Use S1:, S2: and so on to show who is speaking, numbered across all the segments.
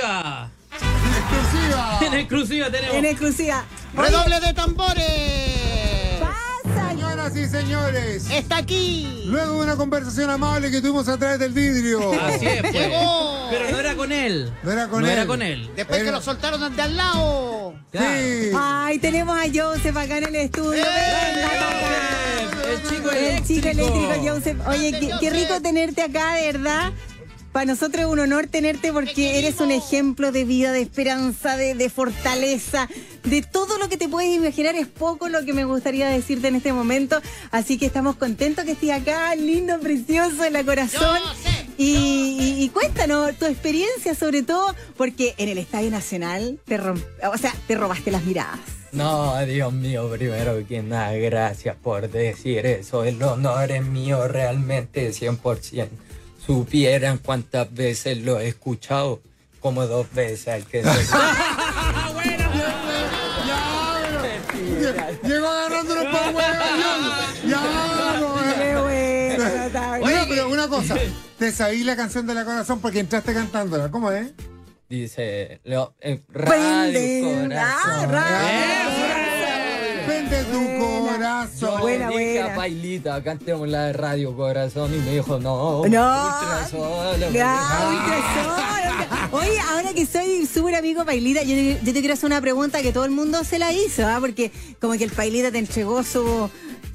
S1: exclusiva. En
S2: Exclusiva.
S1: exclusiva
S3: Ah. En
S1: tenemos.
S3: exclusiva.
S4: Redoble de tambores.
S3: Pasa, yo-
S2: Señoras y señores,
S4: Está aquí.
S2: luego de una conversación amable que tuvimos atrás del vidrio.
S1: Así es, pues.
S4: Llegó.
S1: Pero no era con él.
S2: No era con
S1: No
S2: él.
S1: era con él.
S4: Después que
S3: Eh.
S2: Era-
S4: lo soltaron de al lado.
S1: Claro.
S2: Sí.
S3: Ay, tenemos a Joseph acá en el estudio.
S4: ¡Eh,
S3: Venga, papá.
S1: Joseph, El chico
S3: El chico eléctrico Joseph. Oye,
S4: Grande
S3: qué, qué rico
S4: Joseph.
S3: tenerte acá, de verdad. Para nosotros es un honor tenerte porque eres un ejemplo de vida, de esperanza, de, de fortaleza, de todo lo que te puedes imaginar. Es poco lo que me gustaría decirte en este momento. Así que estamos contentos que estés acá, lindo, precioso, en la corazón.
S4: Joseph,
S3: Y, y- y cuéntanos tu experiencia, sobre todo porque en el Estadio Nacional te, romp- o sea, te robaste las miradas.
S5: No, Dios mío, primero que nada, gracias por decir eso. El honor es mío realmente 100%. Supieran cuántas veces lo he escuchado, como dos veces al que se...
S2: Lle- Llegó agarrándonos por el huevo. ya. Ya,
S3: Qué
S2: no, eh.
S3: bueno, está bien.
S2: Oye, pero una cosa. Te sabí la canción de la corazón porque entraste cantándola. ¿Cómo es?
S5: Dice, lo, eh,
S3: Prende,
S5: radio
S3: ah,
S5: corazón. Eh,
S3: radio.
S2: Vende tu
S3: Buena.
S5: Yo
S2: corazón.
S3: Buena,
S5: le dije
S3: buena.
S5: a Pailita, cantemos la de Radio Corazón, y me dijo, no, Ah,
S3: No.
S5: ultrasolo".
S3: Ya,
S1: Ah.
S3: ultrasonico. Oye, ahora que soy súper amigo Pailita, yo, te- yo te quiero hacer una pregunta que todo el mundo se la hizo, ¿ah? porque como que el Pailita te entregó su,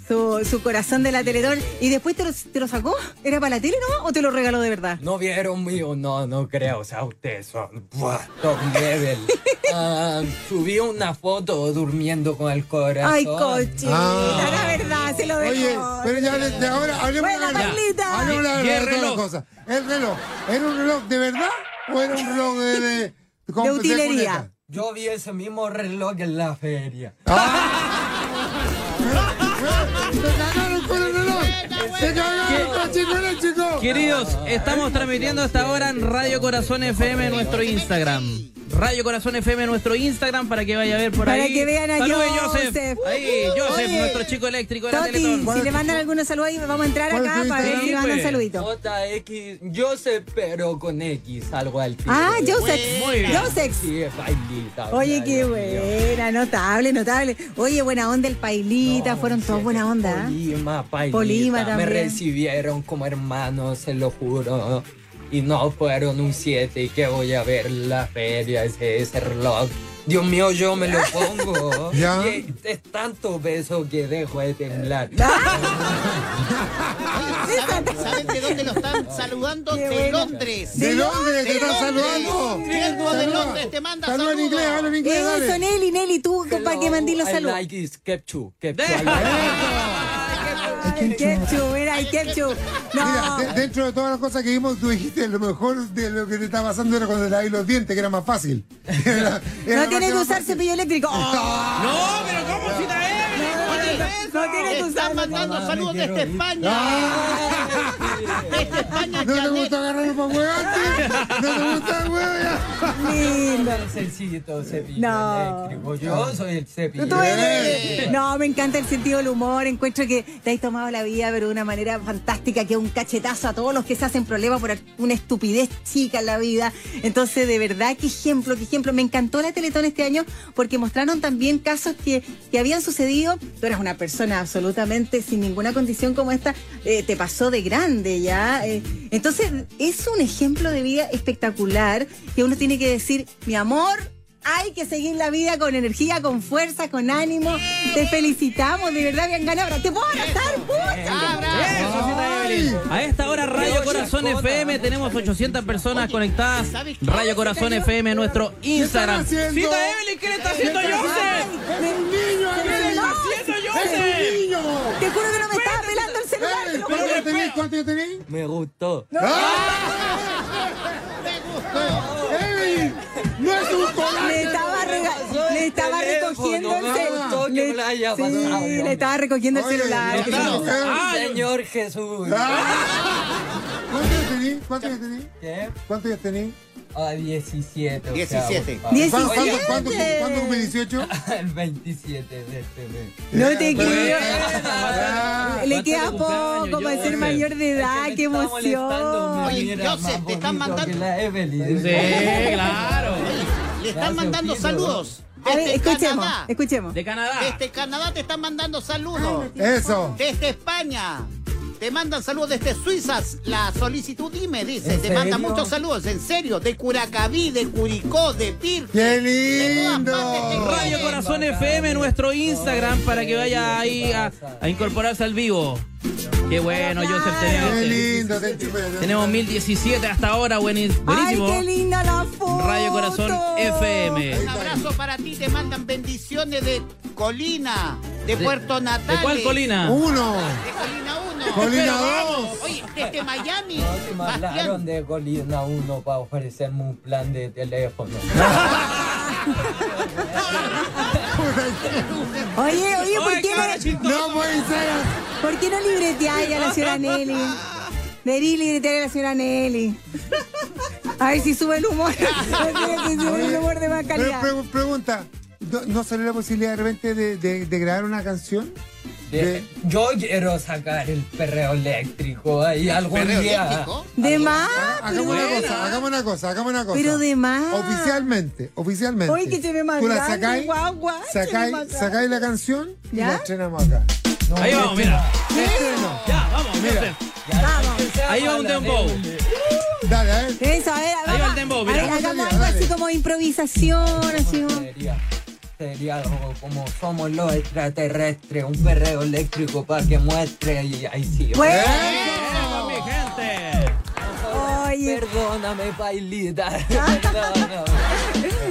S3: su, su corazón de la Teletón y después te lo, te lo sacó. ¿Era para la tele no? o te lo regaló de verdad?
S5: No vieron mío, no, no creo. O sea, ustedes son buah, top level. Ah, subí una foto durmiendo con el corazón.
S3: Ay, coche,
S2: Ah.
S3: la verdad, se lo dejó.
S2: Oye, pero ya de, de ahora hablemos
S3: Buena,
S2: de la verdad.
S3: Carlita.
S2: Hablemos de la
S1: Y- y el
S2: verdad de todas las
S1: reloj.
S2: cosas. El reloj. ¿Era un reloj de verdad o era un reloj de. de, con-
S3: De utilería.
S2: cuneta?
S5: Yo vi ese mismo reloj en la feria.
S2: ¡Se cagaron con el reloj! ¡Se cagaron con chico el chico!
S1: Queridos, estamos transmitiendo hasta ahora en Radio Corazón FM en nuestro Instagram. Radio Corazón FM en nuestro Instagram para que vaya a ver por ahí.
S3: Para que vean a
S1: Salude,
S3: Joseph. Uh,
S1: Ahí, Joseph,
S3: Oye,
S1: nuestro chico eléctrico de la
S3: Toti,
S1: Teletón.
S3: si le mandan algunos saludos ahí, vamos a entrar
S2: ¿Cuál es
S3: acá
S2: tu
S3: para ver
S1: Instagram?
S3: si le
S1: Sí,
S3: mandan
S1: pues.
S3: saluditos.
S5: JX, yo sé, pero con X, algo al fin.
S3: Ah, Joseph.
S1: Muy bien.
S3: Joseph.
S5: Sí, es bailita.
S3: Oye,
S5: mira,
S3: qué
S5: Dios mío.
S3: buena, notable, notable. Oye, buena onda el Pailita,
S5: No,
S3: fueron todos
S5: sí,
S3: buena onda. ¿eh?
S5: Polima, Pailita.
S3: Polima
S5: Me
S3: también.
S5: recibieron como hermanos, se lo juro. Y no fueron un 7 y que voy a ver la feria, ese, ese reloj. Dios mío, yo me lo pongo.
S2: Ya.
S5: Y es tanto peso que dejo de temblar.
S3: Ah,
S4: ¿Saben, saben de dónde lo están saludando?
S3: Qué
S4: De
S3: bueno.
S4: Londres.
S2: ¿De dónde te
S4: ¿De
S2: están
S4: Londres?
S2: saludando?
S4: Triángulo de Londres te manda
S2: Saluda en
S4: saludos.
S2: inglés, habla en inglés,
S3: Eh, Eso,
S2: dale.
S3: Nelly, Nelly, tú para que mandí los
S5: I
S3: saludos.
S5: like it, Kepchu, Kepchu, I
S1: Deja.
S5: like it.
S3: Ay, Ketchup, era el Ketchup.
S2: Mira, de-
S3: No,
S2: dentro de todas las cosas que vimos, tú dijiste lo mejor de lo que te estaba pasando era cuando te lavé los dientes, que era más fácil. Era- era
S3: no tiene que
S2: demasiado
S3: usar
S2: fácil.
S3: cepillo eléctrico. Oh,
S1: No, pero ¿cómo si la Evelyn?
S3: no tiene
S4: Te
S3: que usar.
S4: están mandando saludos
S5: me quiero
S4: desde
S5: ir.
S4: España.
S3: Ah.
S4: Desde España,
S2: ¿No te
S4: Janet.
S2: gusta agarrarlo para huevarte? ¿No te gusta huevo?
S3: Lindo.
S5: Necesito cepillo
S3: No.
S5: eléctrico. Yo soy el cepillo.
S3: Tú eres- No, me encanta el sentido del humor. Encuentro que te has tomado la vida, pero de una manera fantástica, que un cachetazo a todos los que se hacen problemas por una estupidez chica en la vida. Entonces, de verdad, qué ejemplo, qué ejemplo. Me encantó la Teletón este año porque mostraron también casos que, que habían sucedido. Tú eras una persona absolutamente sin ninguna condición como esta. eh, te pasó de grande ya. eh. Entonces, es un ejemplo de vida espectacular que uno tiene que decir, mi amor, hay que seguir la vida con energía, con fuerza, con ánimo. Te felicitamos, de verdad, bien ganado. ¿Te puedo abrazar, pucha?
S1: Eso sí está Evelyn. A esta hora Radio Corazón FM tenemos 800 personas conectadas.
S4: ¿sabes qué?
S1: Radio Corazón FM en nuestro Instagram.
S2: haciendo?
S1: Sí está Evelyn, ¿qué le está haciendo
S3: Ay,
S1: Joseph?
S2: ¡Es un niño, Evelyn!
S1: ¿Qué está haciendo
S2: ¡Es un
S1: Joseph?
S2: niño!
S3: Te juro que no me estaba pelando el celular. te
S2: Evelyn,
S3: lo juro.
S2: ¿Cuánto años tenés? ¿Cuánto años tenés?
S5: Me gustó.
S2: ¡Evelyn! ¡No es un
S3: Le
S2: coraje!
S3: estaba, rega- le estaba recogiendo el
S5: No me gustó
S3: celular.
S5: que me la haya pasado,
S3: Sí, le
S5: hombre.
S3: estaba recogiendo el
S2: Oye,
S3: celular.
S2: no, no, no.
S1: Ah,
S5: Señor Jesús.
S2: Ah. ¿Cuánto años tenés? ¿Cuánto años tenés?
S5: ¿Qué?
S2: ¿Cuánto años tenés?
S5: A 17. Ah, o sea,
S4: 17.
S5: papá.
S3: Diez-
S2: ¿Cuándo, cuándo, cuándo,
S3: 17.
S2: cuándo cumplí 18?
S5: El 27 de este mes.
S3: No te creo.
S2: Ah.
S3: Le queda
S1: Bastante cumpleaños,
S3: poco para ser
S1: Joseph.
S3: mayor de edad.
S5: Es que me
S3: Qué
S5: está molestando de una
S3: emoción.
S4: Oye,
S5: manera
S4: Joseph,
S5: más
S4: te están
S5: bonito
S4: mandando-
S5: que la Evelyn.
S1: Sí, claro.
S4: Le están
S5: Gracias,
S4: mandando
S5: Pietro.
S4: saludos.
S3: A ver,
S4: Desde
S3: escuchemos, Ah,
S4: Canadá.
S3: escuchemos.
S1: De Canadá.
S4: Desde Canadá te están mandando saludos.
S2: Eso.
S4: Desde España. Te mandan saludos desde Suiza. La solicitud dime, dice.
S5: ¿En
S4: Te mandan
S5: serio?
S4: muchos saludos, en serio. De Curacaví, de Curicó, de Pirque.
S2: ¡Qué
S4: de todas partes
S2: lindo!
S4: te
S1: Radio
S4: quieren.
S1: Corazón FM, nuestro Instagram, para que vaya ahí a, a incorporarse al vivo. Qué bueno, Joseph,
S2: ¡Qué
S1: tenemos,
S2: lindo! te enchufé.
S1: tenemos 1017 hasta ahora, buenis-
S3: Ay,
S1: buenísimo.
S3: qué linda la foto.
S1: Radio Corazón FM.
S4: Un abrazo para ti. Te mandan bendiciones de Colina, de, Puerto Natal.
S1: ¿De cuál colina?
S2: Uno.
S4: De Colina 1.
S2: Colina dos.
S4: Oye, desde Miami.
S5: No, si me hablaron
S4: Bastián.
S5: de Colina 1 para ofrecerme un plan de teléfono.
S3: Oye, oye, ¿por
S1: Ay,
S3: qué
S1: cara,
S3: no,
S1: chistoso.
S2: No puede ser.
S3: ¿por qué no libreteáis a la señora Nelly? Deberí libretear a la señora Nelly. A ver si sube el humor. A ver si sube el humor de más calidad.
S2: Pero pre- pregunta, ¿no, no salió la posibilidad de repente de, de- de grabar una canción?
S5: De- yo quiero sacar el perreo eléctrico ahí algún
S4: ¿Perreo
S5: día.
S4: eléctrico?
S3: De más,
S2: Hagamos una
S3: pero-
S2: cosa, hagamos una cosa, hagamos una cosa.
S3: Pero de más.
S2: Oficialmente, oficialmente.
S3: Oye, que se ve más
S2: Tú la
S3: grande,
S2: sacáis,
S3: guau, guau, se ve
S2: sacáis,
S3: más grande.
S2: sacáis la canción y
S3: ¿Ya?
S2: la estrenamos acá. No,
S1: Ahí vamos, mira.
S2: Estreno.
S1: Ya, vamos, Joseph.
S3: Vamos.
S1: Ahí va un dembow.
S2: Dale, a ver.
S3: Eso, a ver,
S1: va
S3: vamos.
S1: el dembow,
S3: A
S1: mira.
S3: ver, hagamos
S2: Dale,
S3: algo así
S2: dale.
S3: como improvisación, así como-
S5: Sería, sería algo como somos los extraterrestres, un perreo eléctrico para que muestre y ahí sí.
S3: Bueno,
S1: Eso, mi gente.
S3: oye,
S5: Perdóname, Pailita. Perdóname.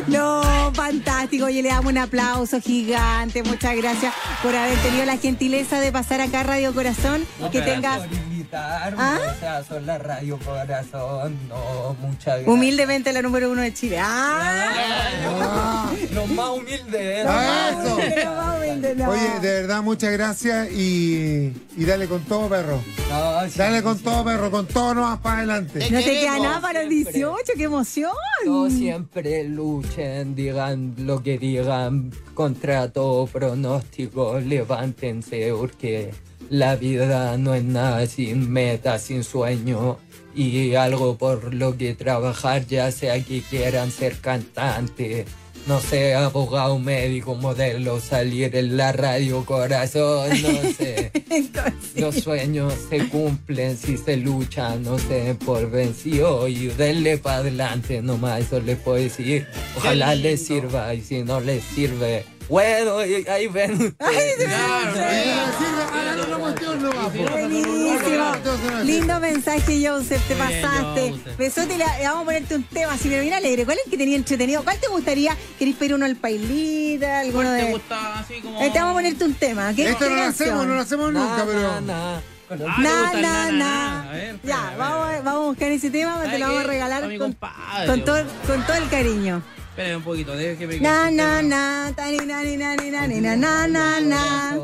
S3: No, fantástico. Oye, le damos un aplauso gigante. Muchas gracias por haber tenido la gentileza de pasar acá a Radio Corazón. que
S1: gracias.
S3: tengas
S5: Por invitarme,
S3: ¿Ah?
S5: o sea, son la radio corazón. No, muchas gracias.
S3: humildemente la número uno de Chile. ¡Ah!
S5: Los más humildes.
S2: Ah, eso.
S3: Pero vamos, no.
S2: Oye, de verdad, muchas gracias y, y dale con todo, perro.
S5: No, sí,
S2: Dale
S5: sí,
S2: con
S5: sí.
S2: todo, perro, con todo nomás para adelante.
S3: No te queda
S4: queremos
S3: nada para el
S5: siempre.
S3: 18, qué emoción.
S5: No siempre luchen, digan lo que digan, contra todo pronóstico, levántense porque la vida no es nada sin meta, sin sueño y algo por lo que trabajar, ya sea que quieran ser cantante, no sé, abogado, médico, modelo, salir en la radio, corazón, no sé.
S3: Entonces,
S5: Los sueños se cumplen si se luchan, no se den por vencido y denle para adelante nomás, eso les puedo decir. Ojalá
S4: lindo.
S5: les sirva y si no les sirve, bueno, y- ahí ven.
S2: Oye, sirve, hagamos una cuestión nomás, po.
S3: buenísimo. Lindo mensaje, Joseph, te
S1: Muy bien,
S3: pasaste.
S1: Joseph.
S3: Besote, y le, le vamos a ponerte un tema así, pero bien alegre. ¿Cuál es el que tenía entretenido? ¿Cuál te gustaría? ¿Querés pedir uno al Pailita? ¿Alguno
S1: ¿Te
S3: de.?
S1: gusta así como.?
S3: Eh.
S1: Ah,
S3: Ahí te vamos a ponerte un tema. ¿Qué
S2: Esto
S3: qué
S2: no lo
S3: canción?
S2: hacemos, no lo hacemos nunca,
S5: Na,
S2: pero.
S5: na, na. Con los-
S1: Ah, ¿te
S3: Na,
S1: gusta el
S3: na,
S1: A
S3: na.
S1: ver, espera, a
S3: Ya,
S1: ver,
S3: vamos,
S1: a ver.
S3: a- vamos a buscar ese tema, te
S1: ¿Sabe
S3: lo vamos a
S1: qué?
S3: regalar
S1: A mi
S3: con,
S1: compadre,
S3: con todo,
S1: bueno.
S3: con todo el cariño.
S1: Espérame un poquito, déjeme que.
S3: Na, na, na, tani, na, ni, na, ni, na, ni, na, na, na, na.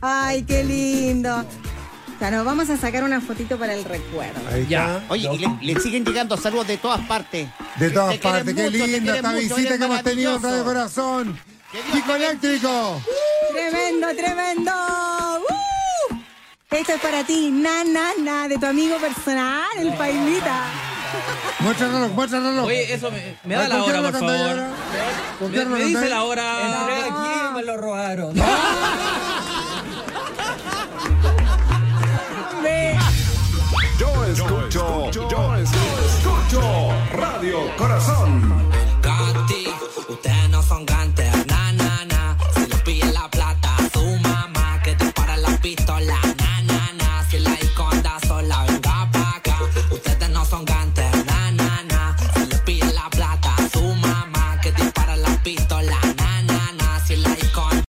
S3: Ay, qué lindo. O sea, nos vamos a sacar una fotito para el recuerdo.
S2: Ahí
S1: Ya.
S2: está.
S4: Oye, y le, le siguen llegando saludos de todas partes.
S2: De todas
S4: Te quieren
S2: partes, qué
S4: mucho, te
S2: linda
S4: quieren
S2: esta
S4: mucho,
S2: visita
S4: eres
S2: que hemos tenido en Radio
S4: maravilloso.
S2: Corazón.
S4: Que Dios
S2: Kiko
S4: te bendiga.
S2: Eléctrico.
S3: Tremendo, tremendo. ¡Uh! Esto es para ti, na, na, na, de tu amigo personal, el Pailita.
S2: Muestra el reloj, muestra el reloj.
S1: Oye, eso me, me da la
S2: ¿Con quién
S1: hora,
S2: lo
S1: por
S2: cantáis
S1: favor.
S2: ahora? ¿Con
S1: Me,
S2: quién lo
S1: me dice
S2: cantáis?
S1: la hora.
S5: Entré aquí y me lo robaron.
S3: Ve.
S6: Yo escucho, yo escucho Radio Corazón.